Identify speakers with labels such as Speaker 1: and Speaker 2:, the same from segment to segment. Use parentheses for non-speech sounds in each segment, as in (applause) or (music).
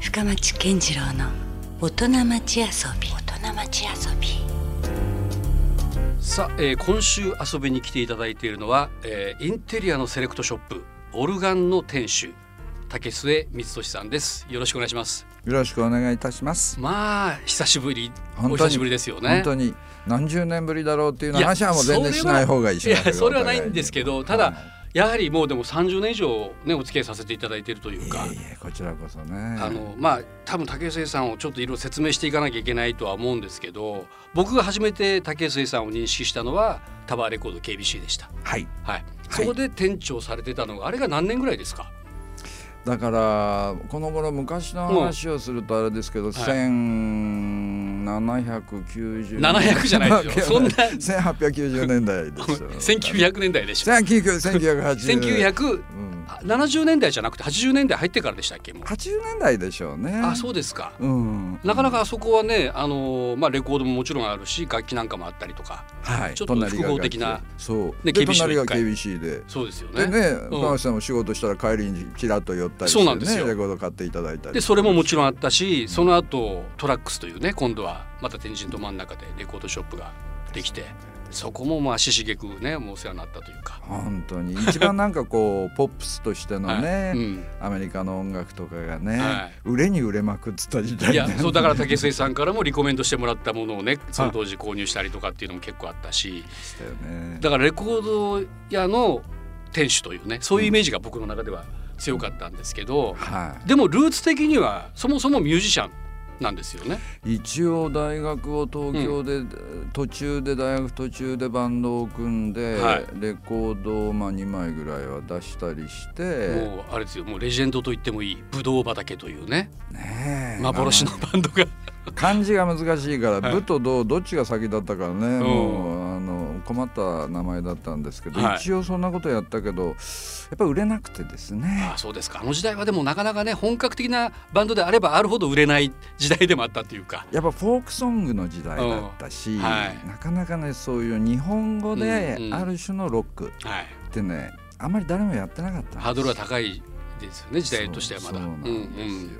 Speaker 1: 深町健次郎の大人町遊び大人町遊び
Speaker 2: さあ、えー今週遊びに来ていただいているのは、えーインテリアのセレクトショップオルガンの店主竹末光俊さんですよろしくお願いします
Speaker 3: よろしくお願いいたします。
Speaker 2: まあ久しぶり
Speaker 3: 本当に
Speaker 2: お久しぶりですよね
Speaker 3: 本当に何十年ぶりだろうっていう
Speaker 2: いや
Speaker 3: 話はもう全然しない方がいいし
Speaker 2: いやそれはない (laughs) んですけどただ、
Speaker 3: は
Speaker 2: やはりもうでも30年以上ねお付き合いさせていただいているとい
Speaker 3: いう
Speaker 2: か
Speaker 3: えいえこちらこそね。
Speaker 2: あのまあ多分竹末さんをちょっといろいろ説明していかなきゃいけないとは思うんですけど僕が初めて竹末さんを認識したのはタワーレコード KBC でした、
Speaker 3: はい。
Speaker 2: はい、
Speaker 3: はい
Speaker 2: そこで店長されてたのがあれが何年ぐらいですか
Speaker 3: だからこの頃昔の話をするとあれですけど、1790
Speaker 2: 700じゃないですよそんな
Speaker 3: 1890年代ですよ。
Speaker 2: 1900年代でしょ
Speaker 3: 1980
Speaker 2: 1970
Speaker 3: うん
Speaker 2: 年代じゃなくて80年代入ってからでしたっけもう
Speaker 3: 80年代でしょうね。
Speaker 2: あそうですか
Speaker 3: うん。
Speaker 2: なかなかあそこはね、あのーまあ、レコードももちろんあるし楽器なんかもあったりとか
Speaker 3: はい、
Speaker 2: ちょっと複合的な
Speaker 3: そう
Speaker 2: で
Speaker 3: で
Speaker 2: KBC
Speaker 3: 隣が
Speaker 2: 一回
Speaker 3: KBC で
Speaker 2: そうですよ
Speaker 3: で
Speaker 2: ね。
Speaker 3: ね
Speaker 2: うん
Speaker 3: 高橋さんも仕事したら帰りにちらっと寄ったりして、
Speaker 2: そう
Speaker 3: ね、
Speaker 2: なんですよ
Speaker 3: レコード買っていただいたり
Speaker 2: でそれももちろんあったしその後トラックスというね今度はまた天神と真ん中でレコードショップができてそこもまあ足しげくねもうお世話になったというか、
Speaker 3: 本当に一番なんかこうポップスとしてのね、
Speaker 2: (laughs) はいうん
Speaker 3: アメリカの音楽とかがね、
Speaker 2: は
Speaker 3: 売れに売れまくってた時代
Speaker 2: いやそうだ
Speaker 3: か
Speaker 2: から竹末さんからもリコメンドしてもらったものをねその当時購入したりとかっていうのも結構あったし
Speaker 3: したよね
Speaker 2: だからレコード屋の店主というねそういうイメージが僕の中では強かったんですけど、
Speaker 3: は
Speaker 2: でもルーツ的にはそもそもミュージシャンなんですよね。
Speaker 3: い、一応大学を東京で、途中で大学途中でバンドを組んで、
Speaker 2: はい
Speaker 3: レコードをまあ2枚ぐらいは出したりして
Speaker 2: もうあれですよもうレジェンドと言ってもいいブドウ畑というね
Speaker 3: ねえ
Speaker 2: 幻のバンドが
Speaker 3: 漢字が難しいから「
Speaker 2: はい
Speaker 3: 部」と「どう」どっちが先だったからね、
Speaker 2: ん
Speaker 3: もうあの困った名前だったんですけど、
Speaker 2: はい
Speaker 3: 一応そんなことやったけどやっぱ売れなくてですね
Speaker 2: ああそうですかあの時代はでもなかなかね本格的なバンドであればあるほど売れない時代でもあったっていうか
Speaker 3: やっぱフォークソングの時代だったし、
Speaker 2: うんはい
Speaker 3: なかなかねそういう日本語で
Speaker 2: うんうん
Speaker 3: ある種のロックっ
Speaker 2: はい
Speaker 3: てねあんまり誰もやってなかった
Speaker 2: ハードルは
Speaker 3: は
Speaker 2: 高いですよね時代としてはまだ
Speaker 3: そうそうなん
Speaker 2: う
Speaker 3: です
Speaker 2: ん
Speaker 3: よ、
Speaker 2: うん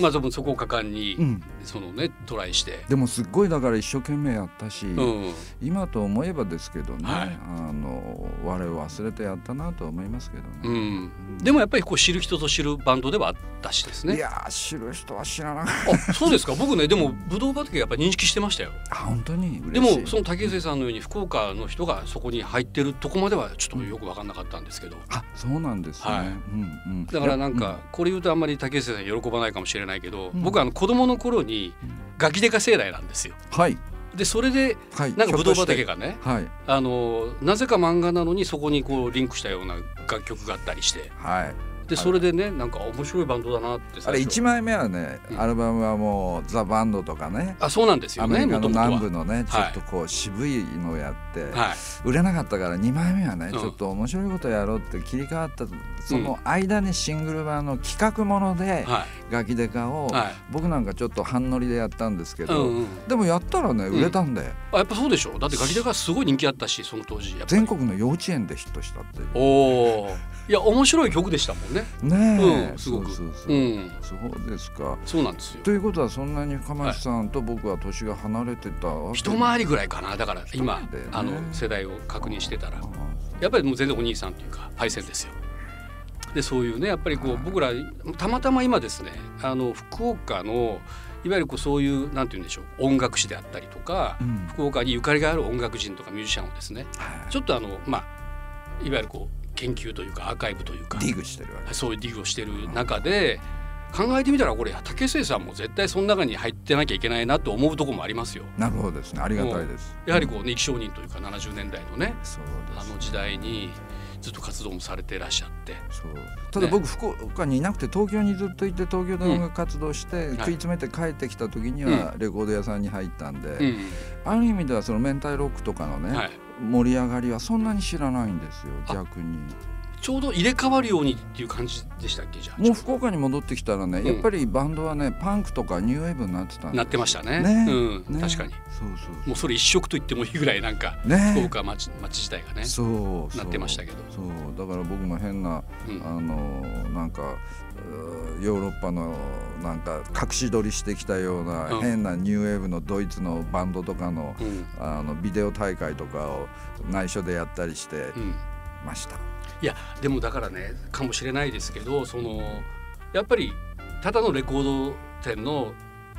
Speaker 2: まあでもそこを果敢に、
Speaker 3: うん
Speaker 2: そのねトライして
Speaker 3: でもすっごいだから一生懸命やったし、
Speaker 2: うん
Speaker 3: 今と思えばですけどね、
Speaker 2: はい
Speaker 3: あの我を忘れてやったなと思いますけどね。
Speaker 2: うんでもやっぱりこう知る人ぞ知るバンドではあったしです
Speaker 3: い
Speaker 2: ね
Speaker 3: やー知る人は知らなかっ
Speaker 2: あそうですか僕ねでもブドウ畑やっぱ認識してましたよ
Speaker 3: たあ本当に
Speaker 2: で
Speaker 3: 嬉しい
Speaker 2: もその竹末さんのように福岡の人がそこに入ってるとこまではちょっとよく分かんなかったんですけど
Speaker 3: あそうなんですね、
Speaker 2: はい
Speaker 3: うんうん、
Speaker 2: だからなん
Speaker 3: いや
Speaker 2: かこれ言うとあんまり竹末さん喜ばないかもしれないけど
Speaker 3: うん
Speaker 2: 僕あの子供の頃にガキデカ世代なんですよ。
Speaker 3: うんはい
Speaker 2: でそれで
Speaker 3: はい
Speaker 2: なんかブドウ
Speaker 3: ひ
Speaker 2: 畑
Speaker 3: ょっ
Speaker 2: がね
Speaker 3: としてはい
Speaker 2: あのなぜか漫画なのにそこにこうリンクしたような楽曲があったりして
Speaker 3: はい
Speaker 2: でそれでねなんか面白いバンドだなって
Speaker 3: あれ
Speaker 2: 最初
Speaker 3: 一枚目はね、
Speaker 2: うん
Speaker 3: アルバムはもうザ・バンドとかね
Speaker 2: あそうなんですよ
Speaker 3: アメ
Speaker 2: ね
Speaker 3: リカ
Speaker 2: もと
Speaker 3: の
Speaker 2: もとは
Speaker 3: 南部のねちょ
Speaker 2: はい
Speaker 3: っとこう渋いのをやって、
Speaker 2: はい
Speaker 3: 売れなかったから2枚目はね、
Speaker 2: うん
Speaker 3: ちょっと面白いことやろうって切り替わったその間にシングル版の企画もので
Speaker 2: は
Speaker 3: ガキデカを、
Speaker 2: いはい
Speaker 3: 僕なんかちょっと半乗りでやったんですけ
Speaker 2: う
Speaker 3: ど、
Speaker 2: んうん
Speaker 3: でもやったらね売れたんで、
Speaker 2: あやっぱそうでしょだってガキデカすごい人気あったしその当時やっぱり
Speaker 3: 全国の幼稚園でヒットしたっていう
Speaker 2: おおいや面白い曲でしたもんね
Speaker 3: ねえ、
Speaker 2: うんすごく
Speaker 3: そうそうそう、
Speaker 2: うん
Speaker 3: そうですか
Speaker 2: そうなんですよ
Speaker 3: ということはそんなに深町さんと僕は年が離れてたわけ
Speaker 2: 一回りぐらいかなだから今、
Speaker 3: 一回りだよね
Speaker 2: あの世代を確認してたら
Speaker 3: あ
Speaker 2: やっぱりもう全然お兄さんというかパイセンですよでそういうねやっぱりこう僕らたまたま今ですねあの福岡のいわゆるこうそういうなんて言うんでしょう音楽誌であったりとか、
Speaker 3: うん
Speaker 2: 福岡にゆかりがある音楽人とかミュージシャンをですね
Speaker 3: は
Speaker 2: ちょっとあのまあいわゆるこう研究というかアーカイブというか
Speaker 3: いディグしてるわけ
Speaker 2: そういうディグをしてる中で考えてみたらこれ竹末さんも絶対その中に入ってなきゃいけないなと思うところもありますよ。
Speaker 3: なるほどですねありがたいです
Speaker 2: やはりこうね生き証人というか70年代のね
Speaker 3: そうで
Speaker 2: あ
Speaker 3: す
Speaker 2: の時代にずっと活動もされていらっしゃって
Speaker 3: そうただ僕福岡にいなくて東京にずっといて東京で音楽活動して、食い詰めて帰ってきた時にはレコード屋さんに入ったんで、
Speaker 2: うん
Speaker 3: ある意味ではその明太ロックとかのね、
Speaker 2: はい、
Speaker 3: 盛り上がりはそんなに知らないんですよ
Speaker 2: あ
Speaker 3: 逆に。
Speaker 2: ちょうど入れ替わるようにっていう感じでしたっけじゃあ
Speaker 3: もう福岡に戻ってきたらね、
Speaker 2: うん
Speaker 3: やっぱりバンドはねパンクとかニューウェーブになってたん
Speaker 2: なってましたね
Speaker 3: ね
Speaker 2: うん
Speaker 3: ね
Speaker 2: 確かに
Speaker 3: そうそう
Speaker 2: もうそれ一色と言ってもいいぐらいなんか
Speaker 3: そうね
Speaker 2: 福岡町町自体がね
Speaker 3: そうそう
Speaker 2: なってましたけど
Speaker 3: そうだから僕も変な、
Speaker 2: うん
Speaker 3: あのなんかうーヨーロッパのなんか隠し撮りしてきたような
Speaker 2: うん
Speaker 3: 変なニューウェーブのドイツのバンドとかの
Speaker 2: うん
Speaker 3: あのビデオ大会とかを内緒でやったりして
Speaker 2: うん、
Speaker 3: ました。
Speaker 2: いやでもだからねかもしれないですけどそのやっぱりただのレコード店の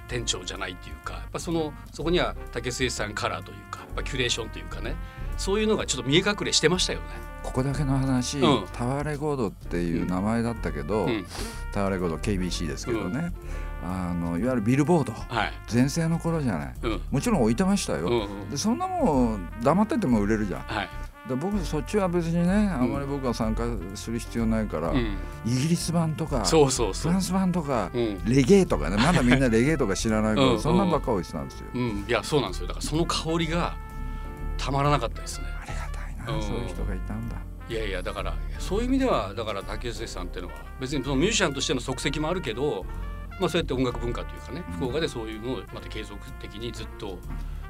Speaker 2: 店長じゃないっていうかやっぱそのそこには竹末さんカラーというかやっぱキュレーションというかねそういうのがちょっと見え隠れしてましたよね。
Speaker 3: ここだけの話、
Speaker 2: うん
Speaker 3: タワーレコードっていう名前だったけど、
Speaker 2: うん
Speaker 3: タワーレコード KBC ですけどね、あのいわゆるビルボード
Speaker 2: はい、
Speaker 3: 全盛の頃じゃない
Speaker 2: うん
Speaker 3: もちろん置いてましたよ、
Speaker 2: うんうん
Speaker 3: でそんなもん黙ってても売れるじゃん
Speaker 2: はい
Speaker 3: で僕そっちは別にねあんまり僕は参加する必要ないから、
Speaker 2: うん、
Speaker 3: イギリス版とか
Speaker 2: そうそう
Speaker 3: フ
Speaker 2: そう
Speaker 3: ラン。ス版とか、
Speaker 2: うん
Speaker 3: レゲエとかねまだみんなレゲエとか知らないか
Speaker 2: うんう
Speaker 3: ら
Speaker 2: ん
Speaker 3: そんなんばっか置いてたんですよ。
Speaker 2: うん、いやそうなんですよだからその香りがたまらなかったですね
Speaker 3: ありがたいな、
Speaker 2: うん
Speaker 3: そういう人がいたんだ。
Speaker 2: いやいやだからそういう意味ではだから竹内さんっていうのは別にそのミュージシャンとしての足跡もあるけど、まあ、そうやって音楽文化というかね福岡でそういうのをまた継続的にずっと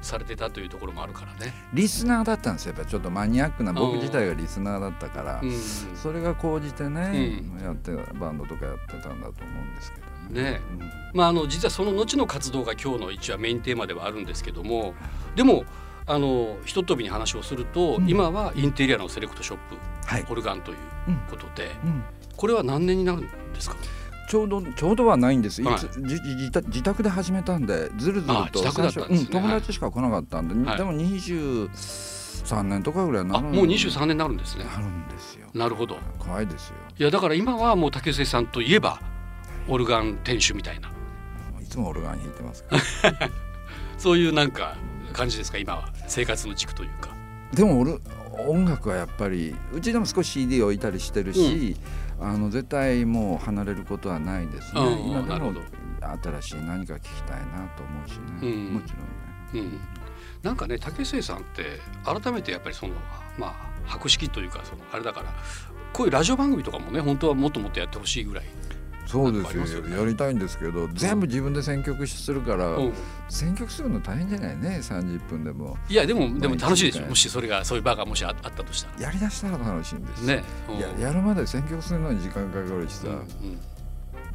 Speaker 2: されてたというところもあるからね。
Speaker 3: リスナーだったんですよやっぱちょっとマニアックな僕自体がリスナーだったから、
Speaker 2: うん、
Speaker 3: それが高じてね、
Speaker 2: う
Speaker 3: やってバンドとかやってたんだと思うんですけどね。
Speaker 2: ね
Speaker 3: うん
Speaker 2: まあ、あの実はその後の活動が今日の一応メインテーマではあるんですけどもでもあのひとっ飛びに話をすると、
Speaker 3: うん
Speaker 2: 今はインテリアのセレクトショップ
Speaker 3: はい、
Speaker 2: オルガンということで、
Speaker 3: うん
Speaker 2: これは何年になるんですか
Speaker 3: ちょうどちょうどはないんです。いつ
Speaker 2: はい
Speaker 3: じ自宅自宅で始めたんでずるずる
Speaker 2: あ
Speaker 3: と
Speaker 2: 自宅だったんですね
Speaker 3: うん友達しか来なかったんで、
Speaker 2: はい
Speaker 3: でも23年とかぐらいにな
Speaker 2: あ
Speaker 3: る
Speaker 2: もう23年になるんですね。
Speaker 3: なるんですよ。
Speaker 2: なるほど
Speaker 3: 怖いですよ。
Speaker 2: いやだから今はもう竹末さんといえばオルガン店主みたいない
Speaker 3: つもオルガン弾いてますから。
Speaker 2: そういうなんか感じですか今は生活の軸というか。
Speaker 3: でもオル音楽はやっぱりうちでも少し CD 置いたりしてるし、あの絶対もう離れることはないですね。
Speaker 2: うん
Speaker 3: 今で
Speaker 2: なるほ
Speaker 3: も
Speaker 2: ど
Speaker 3: 新しい何か聞きたいなと思うしね。
Speaker 2: うん
Speaker 3: もちろんね。
Speaker 2: うん、なんかね竹末さんって改めてやっぱりそのまあ博識というかそのあれだからこういうラジオ番組とかもね本当はもっともっとやってほしいぐらい。
Speaker 3: そう
Speaker 2: なん
Speaker 3: で
Speaker 2: かあ
Speaker 3: す
Speaker 2: り
Speaker 3: よ
Speaker 2: ますよね
Speaker 3: やりたいんですけど全部自分で選曲するから、
Speaker 2: うん
Speaker 3: 選曲するの大変じゃないね30分でも
Speaker 2: いやでもでも楽しいですよ
Speaker 3: まあ
Speaker 2: もしそれがそういうバーがもしああったとしたら。
Speaker 3: やりだしたら楽しいんですよ
Speaker 2: ね。うん
Speaker 3: いややるまで選曲するのに時間かかるしさ、
Speaker 2: うんうん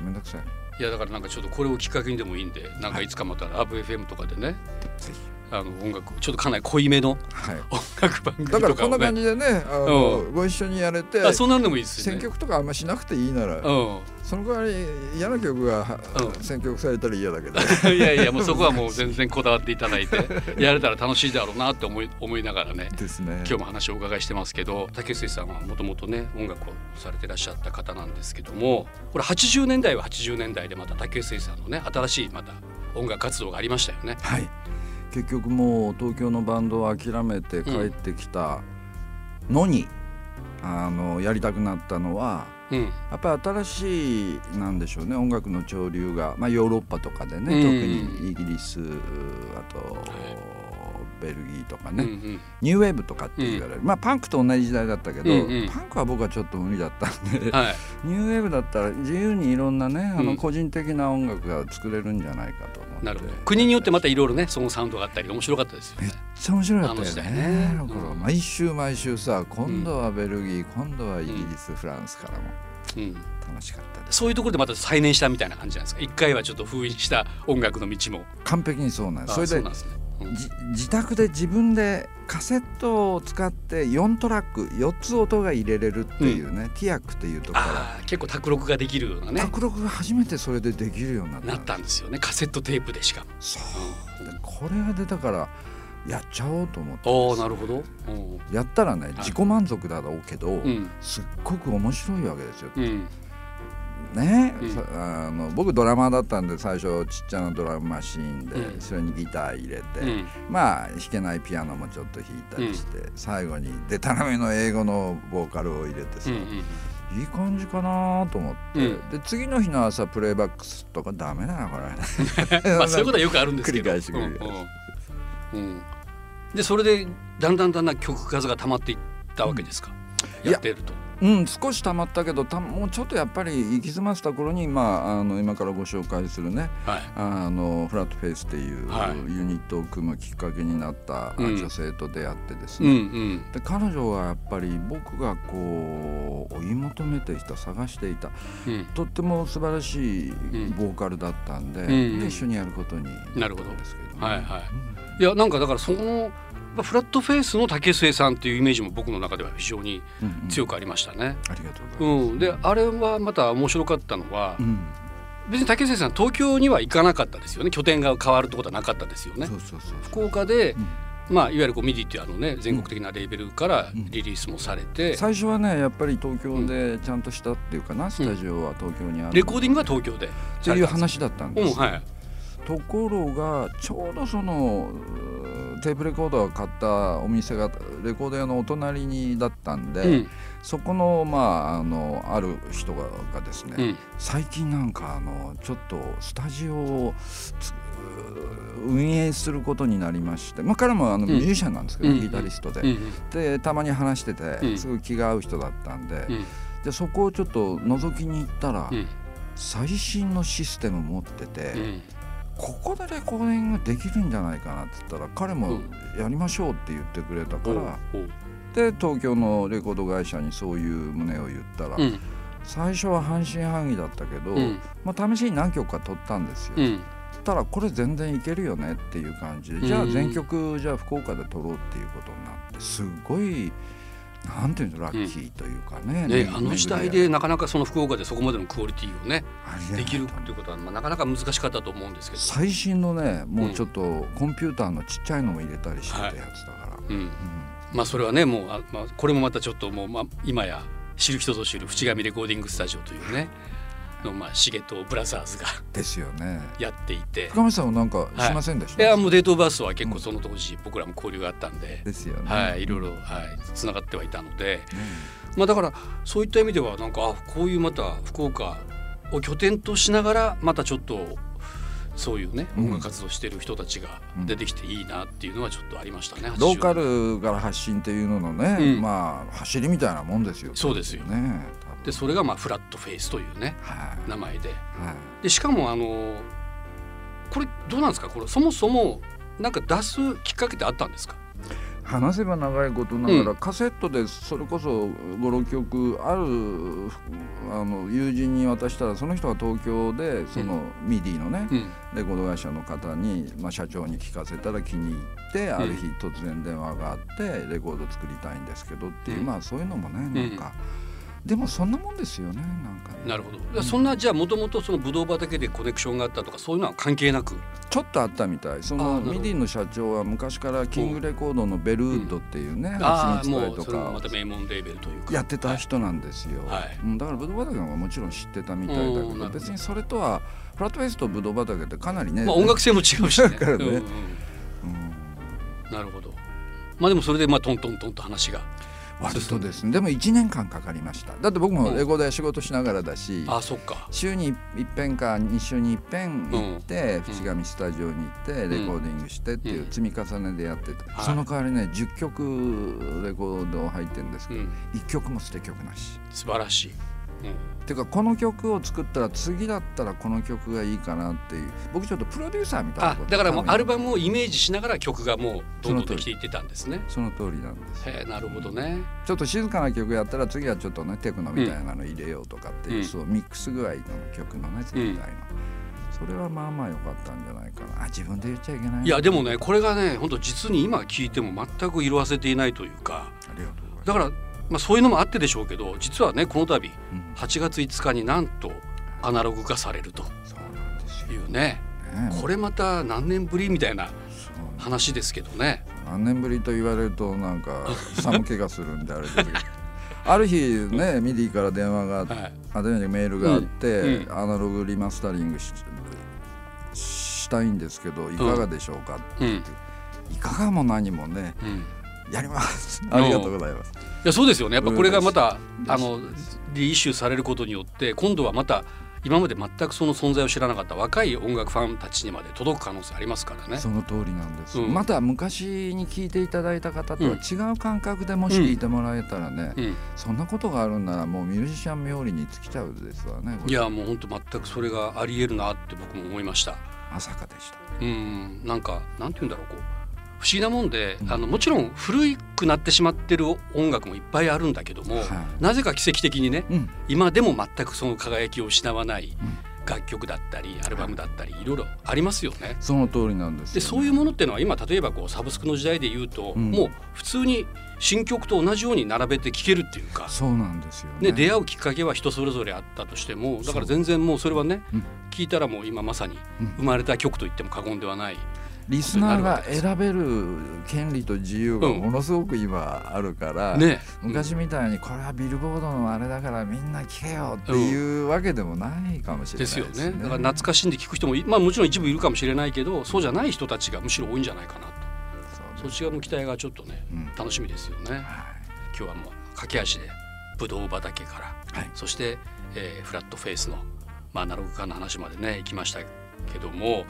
Speaker 3: めんどくさい
Speaker 2: いやだからなんかちょっとこれをきっかけにでもいいんでなんかいつかまたラブ f m とかでね
Speaker 3: ぜひ
Speaker 2: あの音楽ちょっとかなり濃いめの
Speaker 3: はい
Speaker 2: 音楽番組
Speaker 3: だから
Speaker 2: とかを
Speaker 3: こん (laughs) な感
Speaker 2: ね
Speaker 3: じでねあの、ご一緒にやれて
Speaker 2: あそうなんでもいいですよ
Speaker 3: 選
Speaker 2: ね。
Speaker 3: 曲とかあんましなくていいなら、
Speaker 2: う
Speaker 3: その代わり嫌な曲が、
Speaker 2: うん
Speaker 3: 選曲されたら嫌
Speaker 2: (laughs)
Speaker 3: だけど
Speaker 2: ん、いやいやもうそこは
Speaker 3: (laughs)
Speaker 2: もう全然こだわっていただいてやれたら楽しいだろうなって思い思いながらね
Speaker 3: ですね
Speaker 2: 今日も話をお伺いしてますけど竹内さんはもともとね音楽をされてらっしゃった方なんですけどもこれ80年代は80年代でまた竹内さんのね新しいまた音楽活動がありましたよね。
Speaker 3: はい結局もう東京のバンドを諦めて帰ってきたのに、あのやりたくなったのは
Speaker 2: うん
Speaker 3: やっぱり新しいなんでしょうね音楽の潮流が、まあ、ヨーロッパとかで
Speaker 2: う
Speaker 3: ね、
Speaker 2: ん
Speaker 3: 特にイギリスあと、ベルギーとか
Speaker 2: うんう
Speaker 3: ね、
Speaker 2: ん
Speaker 3: ニューウェーブとかって言われる、まあ、パンクと同じ時代だったけど、
Speaker 2: うんうん
Speaker 3: パンクは僕はちょっと無理だったんで、 (laughs)
Speaker 2: はい
Speaker 3: ニューウェーブだったら自由にいろんなねあ
Speaker 2: うん
Speaker 3: の個人的な音楽が作れるんじゃないかと思って、
Speaker 2: なるほど国によってまたいろいろねそのサウンドがあったり面白かったですよ
Speaker 3: めっ
Speaker 2: ね。
Speaker 3: ちゃ面白かった
Speaker 2: あの時
Speaker 3: よ
Speaker 2: 代
Speaker 3: ね
Speaker 2: ね
Speaker 3: あの頃
Speaker 2: うん
Speaker 3: 毎週毎週さ今度はベルギー、今度はイギリス、フランスからも
Speaker 2: うん
Speaker 3: 楽しかったです
Speaker 2: そういうところでまた再燃したみたいな感じなんですか一回はちょっと封印した音楽の道も
Speaker 3: 完璧にそうなんで
Speaker 2: あ
Speaker 3: すそれ
Speaker 2: うな
Speaker 3: で
Speaker 2: んですね、うん
Speaker 3: じ自宅で自分でカセットを使って4トラック4つ音が入れれるっていうね、ティアックっていうとこから
Speaker 2: ああ結構卓録ができるようなね
Speaker 3: 卓録が初めてそれでできるようになった
Speaker 2: なったんですよねカセットテープでしかも
Speaker 3: そうでこれが出たからやっちゃおうと思って
Speaker 2: おおなるほど、うん
Speaker 3: やったらね
Speaker 2: い
Speaker 3: 自己満足だろうけど、
Speaker 2: うん
Speaker 3: すっごく面白いわけですよ。
Speaker 2: うん
Speaker 3: ね、
Speaker 2: うん
Speaker 3: さあの僕ドラマーだったんで最初ちっちゃなドラムマシーンで、
Speaker 2: うん
Speaker 3: それにギター入れて、
Speaker 2: うん
Speaker 3: まあ弾けないピアノもちょっと弾いたりして、最後にでたらめの英語のボーカルを入れて
Speaker 2: う
Speaker 3: さ、
Speaker 2: ん
Speaker 3: いい感じかなと思って、
Speaker 2: うん
Speaker 3: で次の日の朝プレイバックスとかダメだなこ
Speaker 2: う
Speaker 3: れ。
Speaker 2: (laughs) んまあそういうことはよくあるんですけど
Speaker 3: 繰り返し繰り返し
Speaker 2: うんうんうんでそれでだんだんだんだん曲数が溜まっていったわけですか、
Speaker 3: うん
Speaker 2: やってると
Speaker 3: (laughs) うん、少し溜まったけどたもうちょっとやっぱり行き詰まってた頃に、まあ、あの今からご紹介するね
Speaker 2: はい
Speaker 3: あのフラットフェイスっていう
Speaker 2: はい
Speaker 3: ユニットを組むきっかけになったあ
Speaker 2: うん
Speaker 3: 女性と出会ってです
Speaker 2: うん
Speaker 3: ね、
Speaker 2: うん
Speaker 3: で彼女はやっぱり僕がこう追い求めていた探していた
Speaker 2: うん
Speaker 3: とっても素晴らしい
Speaker 2: ん
Speaker 3: ボーカルだったんで,、
Speaker 2: ん
Speaker 3: で一緒にやることに
Speaker 2: なるほど
Speaker 3: ったんですけどね、
Speaker 2: はいはいいやなんかだからそのまあフラットフェイスの竹末さんっていうイメージも僕の中では非常に
Speaker 3: うんうん
Speaker 2: 強くありましたね。
Speaker 3: ありがとうございます。
Speaker 2: うん、であれはまた面白かったのは
Speaker 3: うん
Speaker 2: 別に竹末さん東京には行かなかったですよね拠点が変わるってことはなかったですよね
Speaker 3: そ。うそうそう
Speaker 2: 福岡で、
Speaker 3: うん
Speaker 2: まあ、いわゆるこうミディっていうあのね全国的なレーベルからリリースもされて、
Speaker 3: 最初はねやっぱり東京でちゃんとしたっていうかな、スタジオは東京にある
Speaker 2: レコーディングは東京で
Speaker 3: っていう話だったん
Speaker 2: う
Speaker 3: で
Speaker 2: ん
Speaker 3: す、
Speaker 2: はい
Speaker 3: ところがちょうどそのうーテープレコードを買ったお店がレコード屋のお隣にだったんで、
Speaker 2: うん
Speaker 3: そこのまああのある人ががですね、
Speaker 2: うん
Speaker 3: 最近なんかあのちょっとスタジオをつ運営することになりまして、まあ、彼もあの
Speaker 2: うん
Speaker 3: ミュージシャンなんですけど、
Speaker 2: うん
Speaker 3: ギタリストで、
Speaker 2: うん
Speaker 3: でたまに話してて、
Speaker 2: うん
Speaker 3: すごい気が合う人だったんで,、
Speaker 2: うん
Speaker 3: でそこをちょっと覗きに行ったら、
Speaker 2: うん
Speaker 3: 最新のシステム持ってて、
Speaker 2: うん
Speaker 3: ここでレコーディングできるんじゃないかなって言ったら彼
Speaker 2: う
Speaker 3: も
Speaker 2: ん
Speaker 3: やりましょうって言ってくれたか
Speaker 2: おう
Speaker 3: ら、
Speaker 2: おう
Speaker 3: で東京のレコード会社にそういう旨を言ったら、
Speaker 2: うん
Speaker 3: 最初は半信半疑だったけど、
Speaker 2: うん
Speaker 3: まあ、試しに何曲か撮ったんですよ。
Speaker 2: うん
Speaker 3: たらこれ全然いけるよねっていう感じで、
Speaker 2: うん
Speaker 3: じゃあ全曲じゃあ福岡で撮ろうっていうことになってすごいなんていうのラッキーというかね,め、
Speaker 2: ね、あの時代でなかなかその福岡でそこまでのクオリティをね
Speaker 3: で
Speaker 2: できるっていうことは、まあ、なかなか難しかったと思うんですけど、
Speaker 3: 最新のねもうちょっとコンピューターのちっちゃいのも入れたりしてたやつだから、
Speaker 2: うん、まあそれはねもうあ、まあ、これもまたちょっともう、まあ、今や知る人ぞ知る淵上レコーディングスタジオというねの、まあ、シゲとブラザーズが
Speaker 3: うんですよね
Speaker 2: やっていて
Speaker 3: 深町さんもなんかしませんでし
Speaker 2: い
Speaker 3: た、
Speaker 2: やもうデートオブバースは結構その当時僕らも交流があったんで、
Speaker 3: ですよね、
Speaker 2: はい、いろいろ、はい、つながってはいたので、まあ、だからそういった意味ではなんかあこういうまた福岡を拠点としながらまたちょっとそういうね
Speaker 3: うん
Speaker 2: 音楽活動してる人たちが出てきていいなっていうのはちょっとありましたね。
Speaker 3: ローカ
Speaker 2: 80
Speaker 3: ルから発信っていうののね、
Speaker 2: うん
Speaker 3: まあ走りみたいなもんですよ
Speaker 2: そうですよ
Speaker 3: ね
Speaker 2: でそれがまあフラットフェイスというね
Speaker 3: はい、
Speaker 2: 名前で
Speaker 3: はい
Speaker 2: でしかもあのこれどうなんですかこれそもそもなんか出すきっかけってあったんですか
Speaker 3: 話せば長いことながら、
Speaker 2: うん
Speaker 3: カセットでそれこそ56曲あるあの友人に渡したらその人が東京でそのミディのね、
Speaker 2: うん
Speaker 3: レコード会社の方に、まあ、社長に聞かせたら気に入って、ある日突然電話があってレコード作りたいんですけどっていう、
Speaker 2: うん
Speaker 3: まあそういうのもねなんか、でもそんなもんですよねなんかね
Speaker 2: なるほどでそんなじゃあもともとそのブドウ畑でコネクションがあったとかそういうのは関係なく
Speaker 3: ちょっとあったみたいそ
Speaker 2: あーな
Speaker 3: の
Speaker 2: るほど
Speaker 3: ミディの社長は昔からキングレコードのベルウッドっていうね、
Speaker 2: ああ
Speaker 3: 蜂蜜
Speaker 2: も
Speaker 3: 会
Speaker 2: う
Speaker 3: と
Speaker 2: それも
Speaker 3: か
Speaker 2: また名門レーベルというか
Speaker 3: やってた人なんですよ、
Speaker 2: はい
Speaker 3: うん、だからブドウ畑はもちろん知ってたみたいだけ
Speaker 2: うんな
Speaker 3: ど
Speaker 2: るほど
Speaker 3: 別にそれとはフラットフェイスとブドウ畑ってかなりね、
Speaker 2: まあ音楽性も違う
Speaker 3: (laughs)
Speaker 2: しね。
Speaker 3: だから
Speaker 2: う
Speaker 3: ね
Speaker 2: んうん
Speaker 3: うん
Speaker 2: なるほど。まあでもそれでまあトントントンと話が。
Speaker 3: 割とですねでも1年間かかりましただって僕も
Speaker 2: うん
Speaker 3: レコードや仕事しながらだし、
Speaker 2: あそっか。
Speaker 3: 週に一遍か2週に一遍行って、淵上スタジオに行ってレコーディングしてっていう
Speaker 2: うん
Speaker 3: 積み重ねでやってて、
Speaker 2: はい
Speaker 3: その代わりね10曲レコード入ってるんです
Speaker 2: う
Speaker 3: けど、
Speaker 2: ん
Speaker 3: 1曲も捨て曲なし。
Speaker 2: 素晴らしい。
Speaker 3: っていうかこの曲を作ったら次だったらこの曲がいいかなっていう僕ちょっとプロデューサーみたいな
Speaker 2: あ
Speaker 3: こと
Speaker 2: だからもうアル
Speaker 3: バ
Speaker 2: バムをイメージしながら曲がもうどんどんできていってたんですね。
Speaker 3: その通りなんですよ
Speaker 2: へえなるほどね。
Speaker 3: ちょっと静かな曲やったら次はちょっとねテクノみたいなの入れようとかっていう、
Speaker 2: うん
Speaker 3: そうミックス具合の曲のね全体の、それはまあまあ良かったんじゃないかなあ自分で言っちゃいけないない
Speaker 2: やでもねこれがね本当実に今聞いても全く色褪せていないというか
Speaker 3: ありがとうございます
Speaker 2: だからまあそういうのもあってでしょうけど実はねこの度
Speaker 3: うん
Speaker 2: 8月5日になんとアナログ化されると
Speaker 3: そうなんですよ、
Speaker 2: い
Speaker 3: ね
Speaker 2: うねこれまた何年ぶりみたいな
Speaker 3: そう
Speaker 2: 話ですけどね。
Speaker 3: 何年ぶりと言われるとな
Speaker 2: (laughs)
Speaker 3: んか寒気がするんであれですけどある日ねミディから電話があって
Speaker 2: はい
Speaker 3: あでメールがあって、
Speaker 2: うんうん
Speaker 3: アナログリマスタリングししたいんですけどいかがでしょうか、
Speaker 2: うん
Speaker 3: いかがも何もね
Speaker 2: うん
Speaker 3: やりますありがとうございます
Speaker 2: いやそうですよねやっぱこれがまた
Speaker 3: うん
Speaker 2: あのリイシューされることによって今度はまた今まで全くその存在を知らなかった若い音楽ファンたちにまで届く可能性ありますからね。
Speaker 3: その通りなんです、
Speaker 2: うん
Speaker 3: また昔に聞いていただいた方とは違う感覚でもし
Speaker 2: うん
Speaker 3: 聞いてもらえたらね、
Speaker 2: うん、
Speaker 3: そんなことがあるんならもうミュージシャン冥利に尽きちゃうですわねこれ
Speaker 2: いやもう本当全くそれがありえるなって僕も思いました。
Speaker 3: まさかでした
Speaker 2: うんなんかなんて言うんだろうこう不思議なもんで、あのもちろん古くなってしまってる音楽もいっぱいあるんだけども、
Speaker 3: はい
Speaker 2: なぜか奇跡的にね
Speaker 3: うん
Speaker 2: 今でも全くその輝きを失わない
Speaker 3: ん
Speaker 2: 楽曲だったりアルバムだったりいろいろありますよね。
Speaker 3: その通りなんですよね、
Speaker 2: でそういうものっていうのは今例えばこうサブスクの時代で言うと、
Speaker 3: うん
Speaker 2: もう普通に新曲と同じように並べて聴けるっていうか、
Speaker 3: そうなんですよ
Speaker 2: ね、
Speaker 3: ね
Speaker 2: 出会うきっかけは人それぞれあったとしてもだから全然もうそれはね
Speaker 3: うん
Speaker 2: 聴いたらもう今まさに
Speaker 3: うん
Speaker 2: 生まれた曲と言っても過言ではない
Speaker 3: リスナーが選べる権利と自由がものすごく今あるから、
Speaker 2: ね、
Speaker 3: 昔みたいにこれはビルボードのあれだからみんな聞けよっていうわけでもないかもしれない
Speaker 2: で
Speaker 3: ですす
Speaker 2: よ
Speaker 3: ね。
Speaker 2: ね。だから懐かしんで聞く人もい、まあもちろん一部いるかもしれないけど、そうじゃない人たちがむしろ多いんじゃないかな
Speaker 3: そう
Speaker 2: と。
Speaker 3: です
Speaker 2: そっち側の期待がちょっとね、
Speaker 3: うん
Speaker 2: 楽しみですよね。
Speaker 3: はい
Speaker 2: 今日はもう駆け足でブドウ畑から、
Speaker 3: はい
Speaker 2: そして、えーフラットフェイスのまあアナログ化の話までね行きましたけども、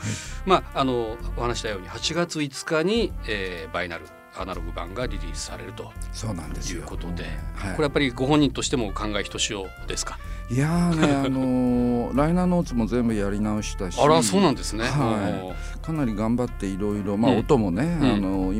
Speaker 2: まああのお話したように8月5日に、えーバイナルアナログ版がリリースされると
Speaker 3: そうなんです
Speaker 2: い
Speaker 3: よ。
Speaker 2: うことで、
Speaker 3: はい
Speaker 2: これやっぱりご本人としても感慨ひとしおですか。
Speaker 3: いやーね、あのーライナーノーツも全部やり直したし
Speaker 2: あらそうなんですね。
Speaker 3: はい
Speaker 2: もう
Speaker 3: かなり頑張っていろいろ、まあ、
Speaker 2: うん
Speaker 3: 音もね、
Speaker 2: ん
Speaker 3: あの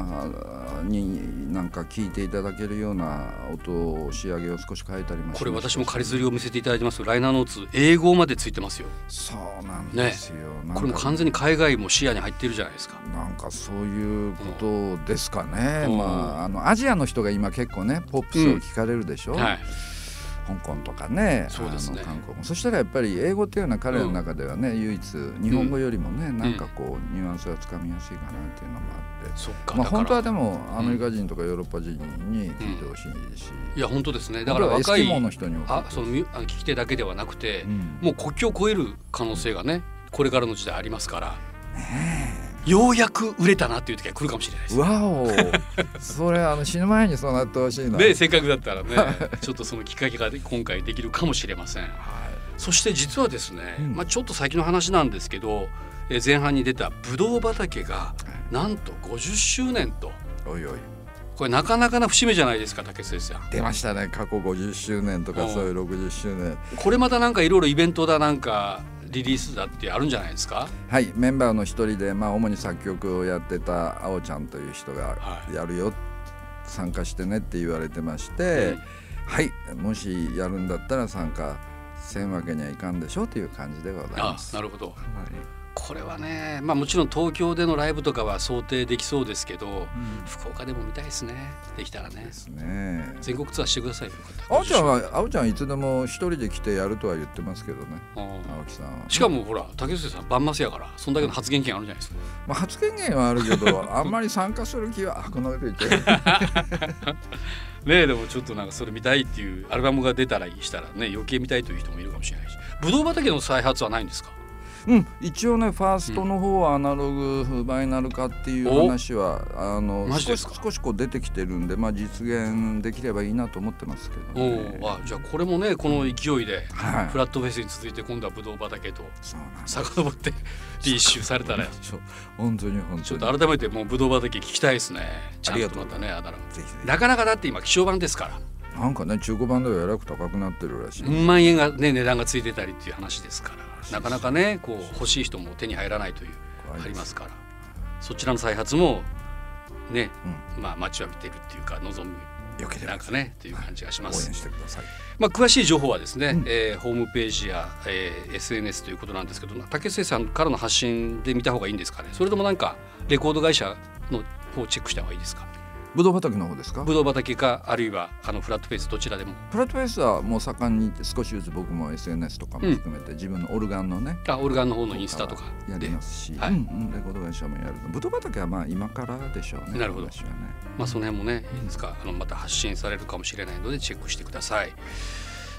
Speaker 3: 今になんか聞いていただけるような音を仕上げを少し変えたりもしました
Speaker 2: これ私も仮釣りを見せていただいてますライナーノーツ英語までついてますよ
Speaker 3: そうなんですよ、なんか
Speaker 2: これも完全に海外も視野に入ってるじゃないですか
Speaker 3: なんかそういうことですかね、
Speaker 2: うん
Speaker 3: まああのアジアの人が今結構ねポップスを聞かれるでしょ、
Speaker 2: はい
Speaker 3: 香港とかね
Speaker 2: そうですね
Speaker 3: あの韓国もそしたらやっぱり英語っていうのは彼らの中ではね、唯一日本語よりもね、なんかこうニュアンスがつかみやすいかなっていうのもあって、
Speaker 2: そっか
Speaker 3: ま
Speaker 2: だ
Speaker 3: あ、
Speaker 2: から、
Speaker 3: 本当はでもアメリカ人とかヨーロッパ人に聞いてほしいし、
Speaker 2: いや本当ですねだ
Speaker 3: あ
Speaker 2: か
Speaker 3: と
Speaker 2: ら
Speaker 3: はエス
Speaker 2: 若
Speaker 3: キ
Speaker 2: い
Speaker 3: モの人にも聞いて
Speaker 2: あ
Speaker 3: ほしい
Speaker 2: そのみあの聞き手だけではなくて、
Speaker 3: うん
Speaker 2: もう国境を越える可能性がねこれからの時代ありますから、ようやく売れたなっていう時が来るかもしれないです
Speaker 3: わおそれあの死ぬ前にそうなってほしいな、
Speaker 2: ねせっかくだったらねちょっとそのきっかけがね今回できるかもしれません
Speaker 3: はい
Speaker 2: そして実はですね、
Speaker 3: うん
Speaker 2: まあ、ちょっと先の話なんですけど、えー前半に出たブドウ畑がなんと50周年と
Speaker 3: おいおい
Speaker 2: これなかなかな節目じゃないですか竹内先生
Speaker 3: 出ましたね過去50周年と
Speaker 2: う
Speaker 3: か
Speaker 2: ん
Speaker 3: そういう60周年
Speaker 2: これまたなんかいろいろイベントだなんかリリースだってあるんじゃないですか
Speaker 3: はいメンバーの一人で、まあ、主に作曲をやってたあおちゃんという人が
Speaker 2: はい
Speaker 3: やるよ、参加してねって言われてまして、
Speaker 2: うん
Speaker 3: はいもしやるんだったら参加せんわけにはいかんでしょうという感じでござい
Speaker 2: あ
Speaker 3: ます。
Speaker 2: なるほど
Speaker 3: はい
Speaker 2: これはねまあもちろん東京でのライブとかは想定できそうですけど福岡でも見たいですねできたらね
Speaker 3: ですね。
Speaker 2: 全国ツアーしてくださいよかったら
Speaker 3: あおちゃんはあおちゃんいつでも一人で来てやるとは言ってますけどね
Speaker 2: うん
Speaker 3: 青木さんは。
Speaker 2: しかもほら竹内さんバンマスやからそんだけの発言権あるじゃないですか
Speaker 3: まあ、発言権はあるけど
Speaker 2: (laughs)
Speaker 3: あんまり参加する気はあこんなこと言ってる
Speaker 2: ねえでもちょっとなんかそれ見たいっていうアルバムが出たらしたらね余計見たいという人もいるかもしれないしブドウ畑の再発はないんですか
Speaker 3: うん一応ねファーストの方はアナログフバイナル化っていう
Speaker 2: お
Speaker 3: 話はあの
Speaker 2: マジで
Speaker 3: 少
Speaker 2: す
Speaker 3: し
Speaker 2: か
Speaker 3: 少しこう出てきてるんで、まあ、実現できればいいなと思ってますけ
Speaker 2: お
Speaker 3: ど、ね、
Speaker 2: おあじゃあこれもねこの勢いで
Speaker 3: はい
Speaker 2: フラットフェイスに続いて今度はブドウ畑と
Speaker 3: そうなんです
Speaker 2: 遡ってリッシュされたら
Speaker 3: ちょ本当に本
Speaker 2: ちょっ
Speaker 3: 当に
Speaker 2: と改めてもうブドウ畑聞きたいですねちゃ
Speaker 3: あ
Speaker 2: ん
Speaker 3: りが
Speaker 2: と
Speaker 3: とう
Speaker 2: またねあだ名
Speaker 3: ぜひぜ
Speaker 2: なかなかだって今希少版ですから
Speaker 3: ひなんかね中古版ではえらく高くなってるらしい、
Speaker 2: うん万円がね値段がついてたりっていう話ですからなかなかねこう欲しい人も手に入らないという
Speaker 3: 怖いです
Speaker 2: ありますからそちらの再発もね、
Speaker 3: う
Speaker 2: まあ待ちわびてるっていうか望む
Speaker 3: よけれ
Speaker 2: なん
Speaker 3: ば
Speaker 2: かねという感じがしま
Speaker 3: 応
Speaker 2: す
Speaker 3: 援。してください
Speaker 2: まあ詳しい情報はですね、えーホームページや、えー SNS ということなんですけど、竹末さんからの発信で見た方がいいんですかね。それともなんかレコード会社の方をチェックした方がいいですか。
Speaker 3: ぶどう畑の方ですか
Speaker 2: ブドウ畑かあるいはあのフラットフェイスどちらでも。
Speaker 3: プラットフェイスはもう盛んに少しずつ僕も SNS とかも含めて自分のオルガンのね、
Speaker 2: あオルガンの方のインスタとか
Speaker 3: や
Speaker 2: で
Speaker 3: り、ますし、
Speaker 2: はい
Speaker 3: うんうん、レコード会社もやるとブドウ畑はまあ今からでしょうね
Speaker 2: なるほど
Speaker 3: 私はね
Speaker 2: まあその辺もねいつかあのまた発信されるかもしれないのでチェックしてください。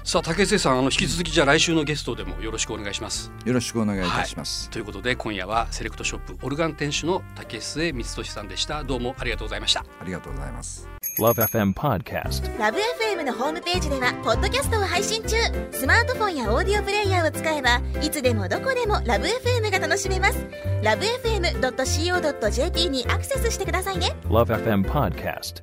Speaker 2: さあ竹末さんあの引き続きじゃあ来週のゲストでもよろしくお願いします。
Speaker 3: よろしくお願いいたします、
Speaker 2: ということで今夜はセレクトショップオルガン店主の竹末光俊さんでした。どうもありがとうございました。
Speaker 3: ありがとうございます
Speaker 4: Love FM Podcast.
Speaker 5: ラブ f m のホームページではポッドキャストを配信中スマートフォンやオーディオプレイヤーを使えばいつでもどこでもラブ f m が楽しめますラブ FM.co.jp にアクセスしてくださいね
Speaker 4: Love FM Podcast.